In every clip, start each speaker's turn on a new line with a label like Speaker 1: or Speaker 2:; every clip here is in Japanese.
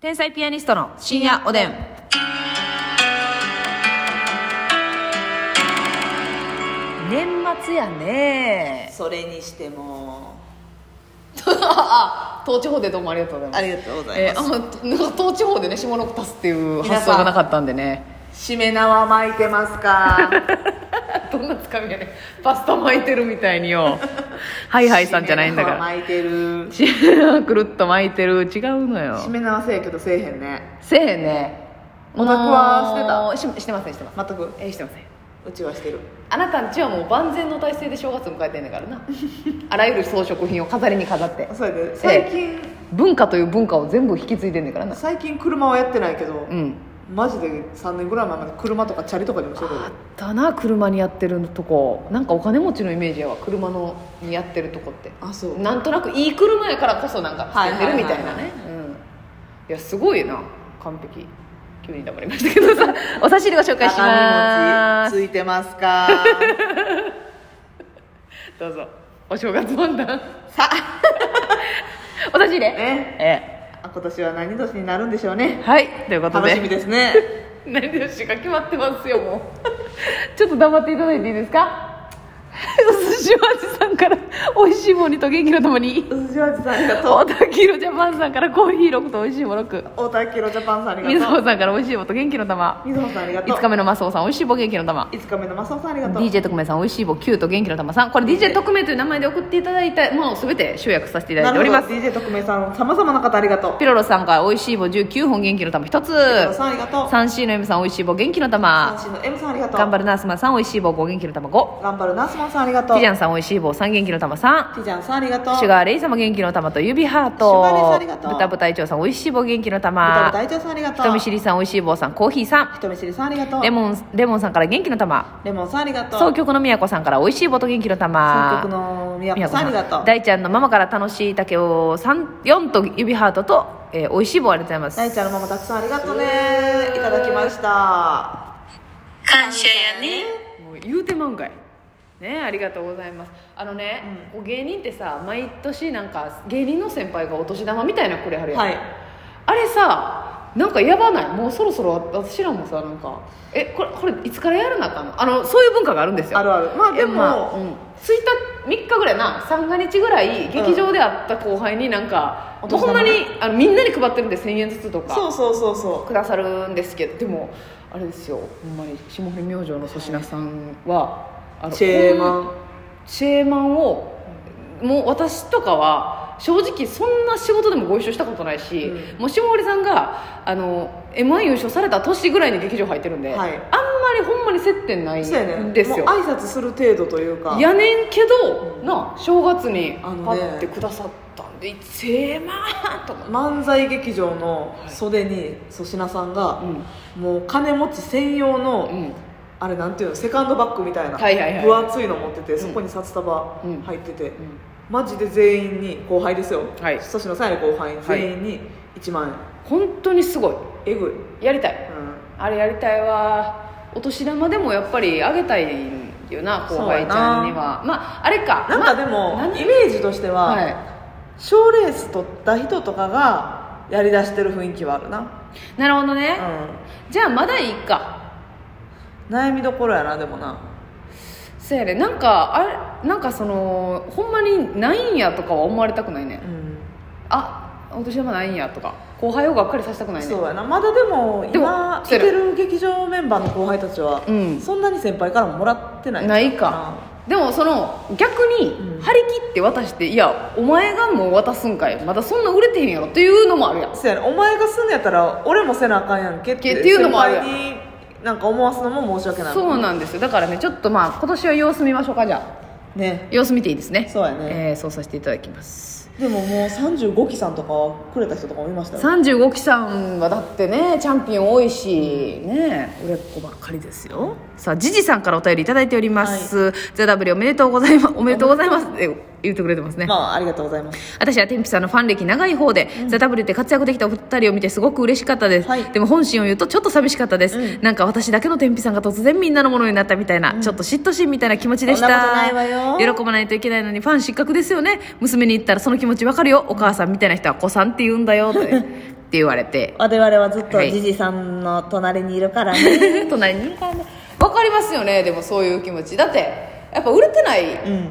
Speaker 1: 天才ピアニストの深夜おでん。年末やね。
Speaker 2: それにしても
Speaker 3: ああ東地方でどうもありがとうございます
Speaker 2: ありがとうござ
Speaker 3: え
Speaker 2: い
Speaker 3: ー
Speaker 2: ます、
Speaker 3: あんまなんか東地方でね下の句足すっていう発想がなかったんでね
Speaker 2: しめ縄巻いてますか
Speaker 3: どんなつかみやねパスタ巻いてるみたいに よはいはいさんじゃないんだか
Speaker 2: しめ縄
Speaker 3: ら
Speaker 2: 巻いてる
Speaker 3: しめ縄 くるっと巻いてる違うのよ
Speaker 2: しめ縄せえけどせえへんね
Speaker 3: せえへんね
Speaker 2: お宅は
Speaker 3: してたししてませんしてません
Speaker 2: 全く
Speaker 3: えーしてません
Speaker 2: うちはしてる
Speaker 3: あなたんちはもう万全の体制で正月迎えてんだからな あらゆる装飾品を飾りに飾って
Speaker 2: それで最近、
Speaker 3: 文化という文化を全部引き継いでんねんからな
Speaker 2: 最近車はやってないけど、
Speaker 3: うん
Speaker 2: マジで3年ぐらい前まで車とかチャリとかでもしてた
Speaker 3: あったな車にやってるとこなんかお金持ちのイメージやわ車のにやってるとこって
Speaker 2: あそう
Speaker 3: なんとなくいい車やからこそなんか
Speaker 2: はい
Speaker 3: つけてるみたいなねうんいやすごいな完璧急に黙りましたけど さお差し入れご紹介しま
Speaker 2: 鏡
Speaker 3: す
Speaker 2: 餅ついてますか
Speaker 3: どうぞお正月漫談さお差し入れ
Speaker 2: ね
Speaker 3: え
Speaker 2: あ今年は何年になるんでしょうね
Speaker 3: えはいということ
Speaker 2: 楽
Speaker 3: で
Speaker 2: しみですね
Speaker 3: 何でしか決まってますよもう ちょっと黙っていただいていいですか お寿司おじさんから美味しいもんにと元気のともに
Speaker 2: うすじわじさんありがとう
Speaker 3: 大田黄色ジャパンさんからコーヒー6と美味しいも6
Speaker 2: 太田明ジャパンさんあり
Speaker 3: みず
Speaker 2: がと
Speaker 3: ほ
Speaker 2: う
Speaker 3: さんから美味しいもと元気の玉
Speaker 2: みずほさんありがとう
Speaker 3: 5日目のマスオさん美味しい棒元気の玉
Speaker 2: 5日目のマサオさんありがとう
Speaker 3: DJ 特命さん美味しい棒9と元気の玉さんこれ DJ 特命という名前で送っていただいたものを全て集約させていただいております
Speaker 2: なるほど DJ 特命さんさまざまな方ありがとう
Speaker 3: ピロロさんから美味しい棒19本元気の玉1
Speaker 2: ピロロ
Speaker 3: つ
Speaker 2: さんありがとう
Speaker 3: 三 c の M さん美味しい棒元気の玉
Speaker 2: 三振の M さんありがとう
Speaker 3: 頑張るナースマンさん美味しい棒5元気の玉5
Speaker 2: 頑張るナースマンさんありがとう
Speaker 3: ティジャンさんおいしい棒3元気の玉3
Speaker 2: ティジャンさんありがとう
Speaker 3: シュガーレイ様元気の玉と指ハー
Speaker 2: シュガーレイさん
Speaker 3: ト
Speaker 2: ありがとう
Speaker 3: 豚豚隊長さんおいしい棒元気の
Speaker 2: 豚
Speaker 3: 玉
Speaker 2: 部隊長さんありがとう
Speaker 3: 人見知りさんおいしい棒さんコーヒーさん
Speaker 2: 人見知りさんありがとう
Speaker 3: レモンレモンさんから元気の玉
Speaker 2: レモンさんありがとう
Speaker 3: 総局のみやこさんからおいしい棒と元気の
Speaker 2: 総
Speaker 3: 玉
Speaker 2: 局の宮
Speaker 3: みや
Speaker 2: 古
Speaker 3: こ
Speaker 2: さんありがとう
Speaker 3: 大ちゃんのママから楽しい竹を4と指ハートと、えー、おいしい棒ありがとうございま
Speaker 2: 大
Speaker 3: す
Speaker 2: ちゃんのママたくさんありがとうねいただきました
Speaker 1: 感謝やね。
Speaker 3: もう言うてまうんかいねありがとうございますあのね、こう芸人ってさ毎年なんか芸人の先輩がお年玉みたいなのくれはるやん、
Speaker 2: はい
Speaker 3: あれさなんかやばないもうそろそろ私らもさなんかえこれこれいつからやるなあかんのあのそういう文化があるんですよ
Speaker 2: あるあるまあでも、
Speaker 3: まあうん、1日3日ぐらいな三が日ぐらい劇場で会った後輩になんか、
Speaker 2: うん
Speaker 3: もうほんまにあのみんなに配ってるんで1000円ずつとか
Speaker 2: そうそうそうそ
Speaker 3: くださるんですけどでもあれですよほんまに霜降り明星の粗品さんはあの
Speaker 2: チェーマン
Speaker 3: ほんチェーマンをもう私とかは正直そんな仕事でもご一緒したことないし、
Speaker 2: う
Speaker 3: もう霜降りさんがあの m 1優勝された年ぐらいに劇場入ってるんで、
Speaker 2: はい
Speaker 3: あんまりほんまに接点ないう
Speaker 2: そうやね
Speaker 3: んですよ、
Speaker 2: もう挨拶する程度というか
Speaker 3: やねんけど、な正月に
Speaker 2: あのね
Speaker 3: パッてくださったんで「チェーマン!」とか、
Speaker 2: 漫才劇場の袖に粗品さんが、
Speaker 3: う
Speaker 2: もう金持ち専用の、
Speaker 3: んうん、
Speaker 2: あれなんていうのセカンドバッグみたいな、
Speaker 3: はいはいはい
Speaker 2: 分厚いの持っててそこに札束入ってて、マジで全員に後輩ですよ、
Speaker 3: はい
Speaker 2: 粗品さんや後輩全員に1万円、
Speaker 3: 本当にすごい
Speaker 2: えぐい、う
Speaker 3: やりたい
Speaker 2: ん、
Speaker 3: あれやりたいわお年玉でもやっぱりあげたいよな後輩ちゃんにはまああれか
Speaker 2: なんかでも、
Speaker 3: まあ何
Speaker 2: イメージとしては、
Speaker 3: はい
Speaker 2: 賞ーレース取った人とかがやりだしてる雰囲気はあるな、
Speaker 3: なるほどね、
Speaker 2: う
Speaker 3: じゃあまだいいか
Speaker 2: ん、悩みどころやなでもな
Speaker 3: そうやねなんかあれなんかそのほんまにないんやとかは思われたくないね、
Speaker 2: うん
Speaker 3: あお年玉ないんやとか後輩をがっかりさせたくないね
Speaker 2: そうやなまだでも
Speaker 3: でも
Speaker 2: 今い
Speaker 3: そう
Speaker 2: て
Speaker 3: やな
Speaker 2: る劇場メンバーの後輩たちは、
Speaker 3: うん
Speaker 2: そんなに先輩からももらってないんちゃ
Speaker 3: な
Speaker 2: う
Speaker 3: いかでもその逆に張り切って渡して、いやお前がもう渡すんかいまだそんな売れてへんやろっていうのもあるやん
Speaker 2: そうやねお前がすんのやったら俺もせなあかんやんけって
Speaker 3: けっていうのもあるやん
Speaker 2: 先輩になんか思わすのも申し訳ない
Speaker 3: そう
Speaker 2: な
Speaker 3: なんですよだからねちょっとまあ今年は様子見ましょうかじゃあ
Speaker 2: ね
Speaker 3: 様子見ていいですね
Speaker 2: そうやね
Speaker 3: えーそうさせていただきます
Speaker 2: でももう35期さんとかはくれた人とかもいましたよ
Speaker 3: 35期さんはだってねチャンピオン多いしね売れっ子ばっかりですよさあジジさんからお便りいただいております、ZW おめでとうございますおめでとうございますって言ってくれてますね
Speaker 2: まあありがとうございます
Speaker 3: 私は天日さんのファン歴長い方で、ザ・ダブルで活躍できたお二人を見てすごく嬉しかったです、
Speaker 2: はい
Speaker 3: でも本心を言うとちょっと寂しかったです、なんか私だけの天日さんが突然みんなのものになったみたいな、ちょっと嫉妬心みたいな気持ちでした
Speaker 2: そんなことないわよ
Speaker 3: 喜ばないといけないのにファン失格ですよね娘に言ったらその気持ちわかるよお母さんみたいな人は子さんって言うんだよって言われて
Speaker 4: 我々はずっと
Speaker 3: はい
Speaker 4: じじさんの隣にいるから ね、
Speaker 3: 隣に分かりますよねでもそういう気持ちだってやっぱ売れてない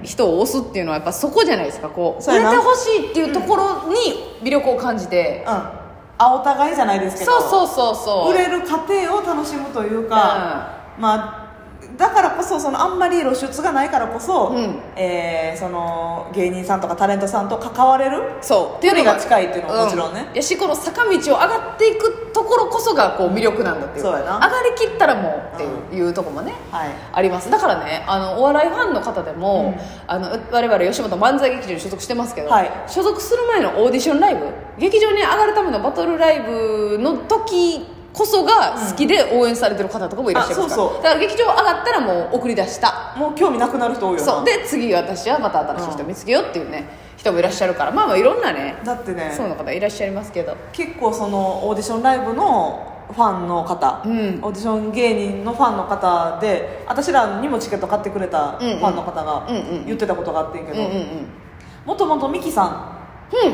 Speaker 3: 人を押すっていうのはやっぱそこじゃないですかこう
Speaker 2: そう
Speaker 3: 売
Speaker 2: や
Speaker 3: れ
Speaker 2: な
Speaker 3: てほしいっていうところに魅力を感じて
Speaker 2: うんあお互いじゃないですけど
Speaker 3: そうそうそうそう
Speaker 2: 売れる過程を楽しむというか、まあだからこそそのあんまり露出がないからこそ、
Speaker 3: うん
Speaker 2: えーその芸人さんとかタレントさんと関われる
Speaker 3: そうって
Speaker 2: 距離が近いっていうのはもちろんね
Speaker 3: うやしこの坂道を上がっていくところこそがこう魅力なんだっていう
Speaker 2: そうやな
Speaker 3: 上がりきったらもうっていう,、いうとこもね
Speaker 2: はい
Speaker 3: ありますだからねあのお笑いファンの方でも、あの我々吉本漫才劇場に所属してますけど、
Speaker 2: はい
Speaker 3: 所属する前のオーディションライブ劇場に上がるためのバトルライブの時こそが好きで応援されてる方とかもいらっしゃいますから、
Speaker 2: あそうそう
Speaker 3: だから劇場上がったらもう送り出した
Speaker 2: もう興味なくなる人多いよな
Speaker 3: そうで次私はまた新しい人見つけようっていうね、人もいらっしゃるからまあまあいろんなね
Speaker 2: だってね
Speaker 3: そうの方いらっしゃいますけど
Speaker 2: 結構そのオーディションライブのファンの方、
Speaker 3: ん
Speaker 2: オーディション芸人のファンの方で私らにもチケット買ってくれたフ
Speaker 3: うんうん
Speaker 2: ァンの方が
Speaker 3: うんうん
Speaker 2: 言ってたことがあってんけ
Speaker 3: う
Speaker 2: ど、
Speaker 3: んうんうん
Speaker 2: もともとミキさん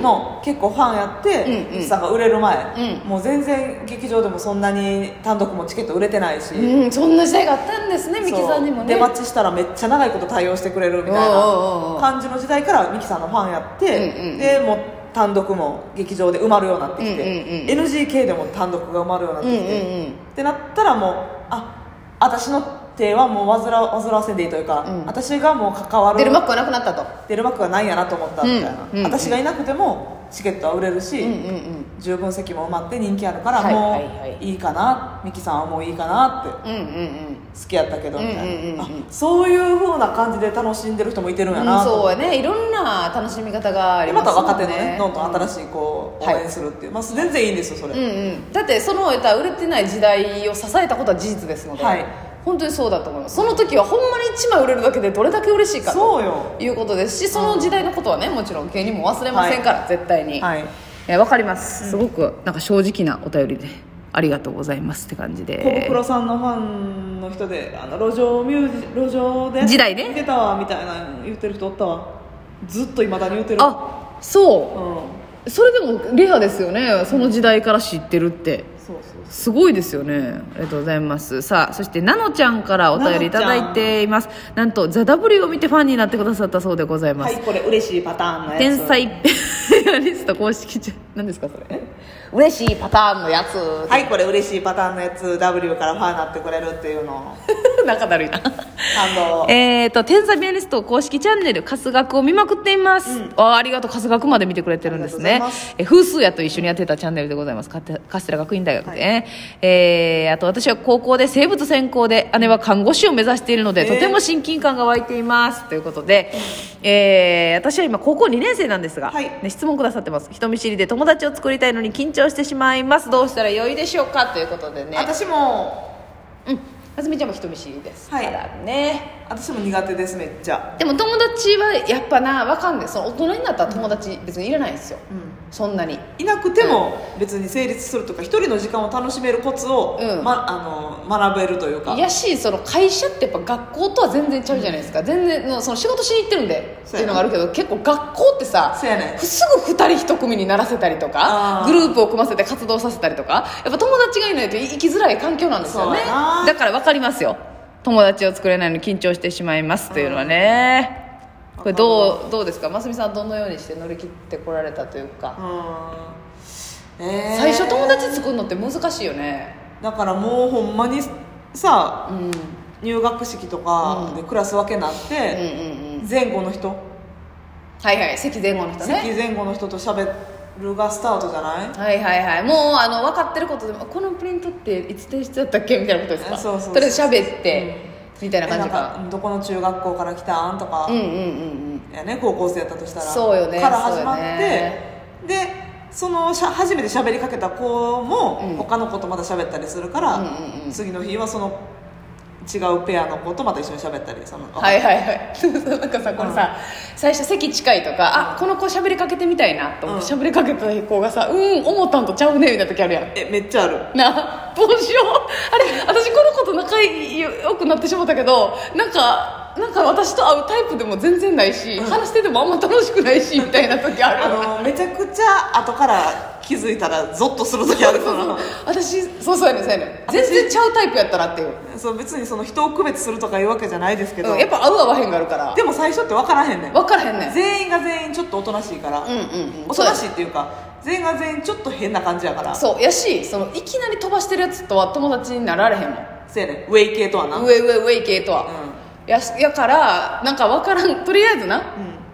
Speaker 2: の結構ファンやって、
Speaker 3: うん
Speaker 2: ミキさんが売れる前、
Speaker 3: う
Speaker 2: もう全然劇場でもそんなに単独もチケット売れてないし、
Speaker 3: うん、そんな時代があったんですね、ミキさんにも
Speaker 2: そう
Speaker 3: ね。
Speaker 2: 出待ちしたらめっちゃ長いこと対応してくれるみたい
Speaker 3: おうおうお
Speaker 2: な
Speaker 3: う
Speaker 2: 感じの時代からミキさんのファンやって、
Speaker 3: うんうんうん
Speaker 2: でもう単独も劇場で埋まるようになってきて、
Speaker 3: う
Speaker 2: NGK でも単独が埋まるようになっ
Speaker 3: うんうん
Speaker 2: て
Speaker 3: う
Speaker 2: きて、
Speaker 3: ん。
Speaker 2: ってなったらもうあ私の手はもう煩わ煩わせんでいいというか、
Speaker 3: うん
Speaker 2: 私がもう関わる
Speaker 3: 出るマックはなくなったと。
Speaker 2: 出る幕がないんやなと思ったみたいな、
Speaker 3: うんうん
Speaker 2: 私がいなくてもチケットは売れるし、
Speaker 3: うんうんうん。
Speaker 2: 十分席も埋まって人気あるから、
Speaker 3: はい
Speaker 2: も
Speaker 3: はいは
Speaker 2: ういいかなミキさんはもういいかなって
Speaker 3: うんうんうん。
Speaker 2: 好きやったけどみたいな、
Speaker 3: うんうんうんうん
Speaker 2: あそういうふうな感じで楽しんでる人もいてるんや
Speaker 3: うん、
Speaker 2: なと、
Speaker 3: そうやね、いろんな楽しみ方があり
Speaker 2: ま
Speaker 3: ます
Speaker 2: た
Speaker 3: もんね。
Speaker 2: 若手のねどんどん新しい子を応
Speaker 3: はい
Speaker 2: 援するっていう、まあ、全然いいんですよそれ、
Speaker 3: うんうん、だってその言ったら売れてない時代を支えたことは事実ですので、
Speaker 2: はい
Speaker 3: 本当にそうだと思いますその時はほんまに1枚売れるだけでどれだけ嬉しいかと
Speaker 2: そうよ
Speaker 3: いうことですしその時代のことはねもちろん芸人も忘れませんから、絶対に、
Speaker 2: はい
Speaker 3: えわかりますすごくなんか正直なお便りでありがとうございますって感じで
Speaker 2: 小袋さんのファンの人であの路上ミュージ路上で
Speaker 3: 時代ね
Speaker 2: 見てたわみたいな言ってる人おったわずっといまだに言ってる
Speaker 3: あそううんそれでもレアですよねその時代から知ってるって
Speaker 2: そうそう
Speaker 3: すごいですよねありがとうございますさあそしてなのちゃんからお便りいただいていますなんと「ザ・ w を見てファンになってくださったそうでございま
Speaker 2: は
Speaker 3: す、
Speaker 2: いこれ嬉しいパターンのやつ
Speaker 3: 天才ペアリスト公式じゃ何ですかそれ嬉しいパターンのやつ、
Speaker 2: はいこれ嬉しいパターンのやつ W からファンになってくれるっていうの
Speaker 3: 仲だるい な
Speaker 2: 感動
Speaker 3: えー、と天才ピアニスト公式チャンネル「春日く」を見まくっています、あーありがとう春日くまで見てくれてるんです
Speaker 2: あり
Speaker 3: ね
Speaker 2: がとうござい
Speaker 3: え風数屋と一緒にやってたチャンネルでございますかてカステラ学院大学でね、えーあと私は高校で生物専攻で姉は看護師を目指しているので、
Speaker 2: えー
Speaker 3: とても親近感が湧いていますということで、えー私は今高校2年生なんですが、
Speaker 2: はい
Speaker 3: ね、質問くださってます人見知りで友達を作りたいのに緊張してしまいますどうしたらよいでしょうかということでね
Speaker 2: 私も
Speaker 3: うんあずみちゃんも人見知りですか
Speaker 2: はい
Speaker 3: らね、
Speaker 2: 私も苦手ですめっちゃ
Speaker 3: でも友達はやっぱなわかんないその大人になったら友達別にいらないんですよ、そんなに
Speaker 2: いなくても別に成立するとか一人の時間を楽しめるコツを、
Speaker 3: うん
Speaker 2: ま、あの学べるというか
Speaker 3: いやしその会社ってやっぱ学校とは全然ちゃうじゃないですか、全然のその仕事しに行ってるんでって
Speaker 2: そう
Speaker 3: いう
Speaker 2: やな
Speaker 3: のがあるけど結構学校ってさ
Speaker 2: そうやねん
Speaker 3: すぐ2人1組にならせたりとか
Speaker 2: あー
Speaker 3: グループを組ませて活動させたりとかやっぱ友達がいないと生きづらい環境なんですよね
Speaker 2: そうやな
Speaker 3: だから分かりますよ友達を作れないのに緊張してしまいますというのはねこれどうどうですかますみさんはどのようにして乗り切ってこられたというか、
Speaker 2: うんえー
Speaker 3: 最初友達作るのって難しいよね
Speaker 2: だからもうほんまにさ、
Speaker 3: うんうん
Speaker 2: 入学式とかでクラス分けになっ
Speaker 3: うん
Speaker 2: て、
Speaker 3: うん
Speaker 2: 前後の人
Speaker 3: はいはい席前後の人
Speaker 2: 席
Speaker 3: ね
Speaker 2: 前後の人と喋るがスタートじゃない
Speaker 3: はいはいはいもうあの分かってることでもあこのプリントっていつ提出だったっけみたいなことですか
Speaker 2: そうそうそう
Speaker 3: とりあえず喋って、みたいな
Speaker 2: え
Speaker 3: 感
Speaker 2: な
Speaker 3: じ
Speaker 2: ん
Speaker 3: か
Speaker 2: かどこの中学校から来たんとか、
Speaker 3: うんうんうん
Speaker 2: やね高校生やったとしたら
Speaker 3: そうよね
Speaker 2: から始まって、
Speaker 3: そうよね
Speaker 2: でそのしゃ初めて喋りかけた子も、
Speaker 3: うん
Speaker 2: 他の子とまた喋ったりするから、
Speaker 3: うんうんうん
Speaker 2: 次の日はその違うペアの子とまた一緒に喋ったりその、
Speaker 3: うんはいはいはい そうなんかさこれさ、最初席近いとか、あこの子喋りかけてみたいなと思って
Speaker 2: う
Speaker 3: 喋りかけた子がさうん思ったんとちゃうねみたいな時あるやん
Speaker 2: えめっちゃある
Speaker 3: などうしようあれ私この子と仲良くなってしまったけどなんかなんか私と会うタイプでも全然ないし、話しててもあんま楽しくないしみたいな時ある
Speaker 2: あのめちゃくちゃ後から気づいたらゾッとする時あるか
Speaker 3: そう
Speaker 2: ら
Speaker 3: 私そうそうやねんそうやねん全然ちゃうタイプやったらっていう、
Speaker 2: そう別にその人を区別するとかいうわけじゃないですけど、
Speaker 3: うんやっぱ合う合わへんがあるから
Speaker 2: でも最初って分からへんねん
Speaker 3: 分からへんねん
Speaker 2: 全員が全員ちょっとおとなしいから、
Speaker 3: うんうんうん
Speaker 2: おとなしいっていうか全員が全員ちょっと変な感じやから
Speaker 3: そうやしそのいきなり飛ばしてるやつとは友達になられへんもん
Speaker 2: そうやねウェイ系とはな
Speaker 3: 上上上系とは、やしやからなんか分からんとりあえずな、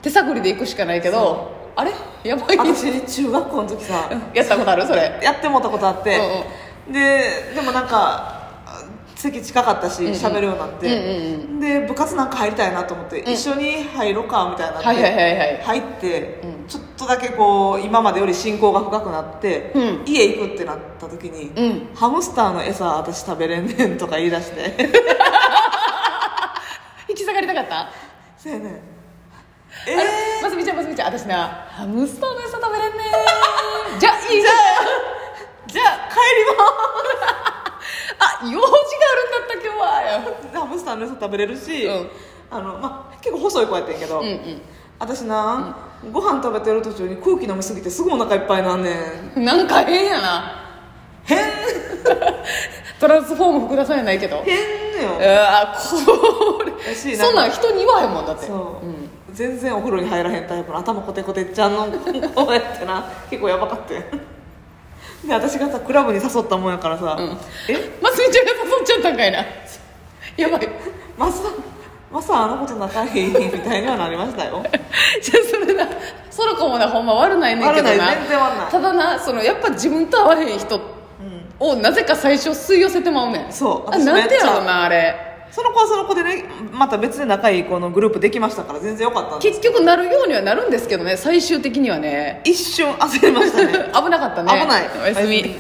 Speaker 3: 手探りで行くしかないけどあれやばい
Speaker 2: 私中学校の時さ
Speaker 3: やったことあるそれ
Speaker 2: やってもうたことあって、ででもなんか席近かったし喋るようになって、
Speaker 3: うん
Speaker 2: で部活なんか入りたいなと思って、一緒に入ろうかみたいになって、
Speaker 3: はいはいはいはい
Speaker 2: 入って、ちょっとだけこう今までより親交が深くなって、
Speaker 3: うん
Speaker 2: 家行くってなった時に、
Speaker 3: う
Speaker 2: ハムスターの餌私食べれんねん」とか言い出して
Speaker 3: 引き下がりたかった
Speaker 2: そうやねん
Speaker 3: あ
Speaker 2: え
Speaker 3: れますみちゃんますみちゃん私なハムスターの餌食べれんねー じゃあいいじゃ
Speaker 2: ー、じゃあ帰りま
Speaker 3: あ用事があるんだった今日は
Speaker 2: すハムスターの餌食べれるし、
Speaker 3: うん
Speaker 2: あのまあ、結構細い子やってんけど、
Speaker 3: うんうん
Speaker 2: 私な、ご飯食べてる途中に空気飲みすぎてすぐお腹いっぱいなんねん
Speaker 3: なんか変やな
Speaker 2: 変
Speaker 3: トランスフォーム福田さんやないけど
Speaker 2: 変よ
Speaker 3: あこれ
Speaker 2: らしいな
Speaker 3: そんなん人に言わへんもんだって
Speaker 2: そう、全然お風呂に入らへんタイプの頭コテコテちゃんのこうやっ てな結構やばかったよで私がさクラブに誘ったもんやからさ、
Speaker 3: うん
Speaker 2: え
Speaker 3: ますみちゃんが誘っちゃったんかいなやばい
Speaker 2: まさまさあのこと仲 いいみたいにはなりましたよ
Speaker 3: じゃあそれなソロコもなほんま悪ないねんけどな
Speaker 2: 悪ない全然悪ない
Speaker 3: ただなそのやっぱ自分と合わへん人をなぜか最初吸い寄せてまうねん
Speaker 2: そう
Speaker 3: あ
Speaker 2: 私
Speaker 3: なんでやろ
Speaker 2: めっち
Speaker 3: なあれ
Speaker 2: その子はその子でねまた別で仲いい子のグループできましたから全然よかったんです
Speaker 3: 結局なるようにはなるんですけどね最終的にはね
Speaker 2: 一瞬焦りましたね
Speaker 3: 危なかったね
Speaker 2: 危ない
Speaker 3: おやすみ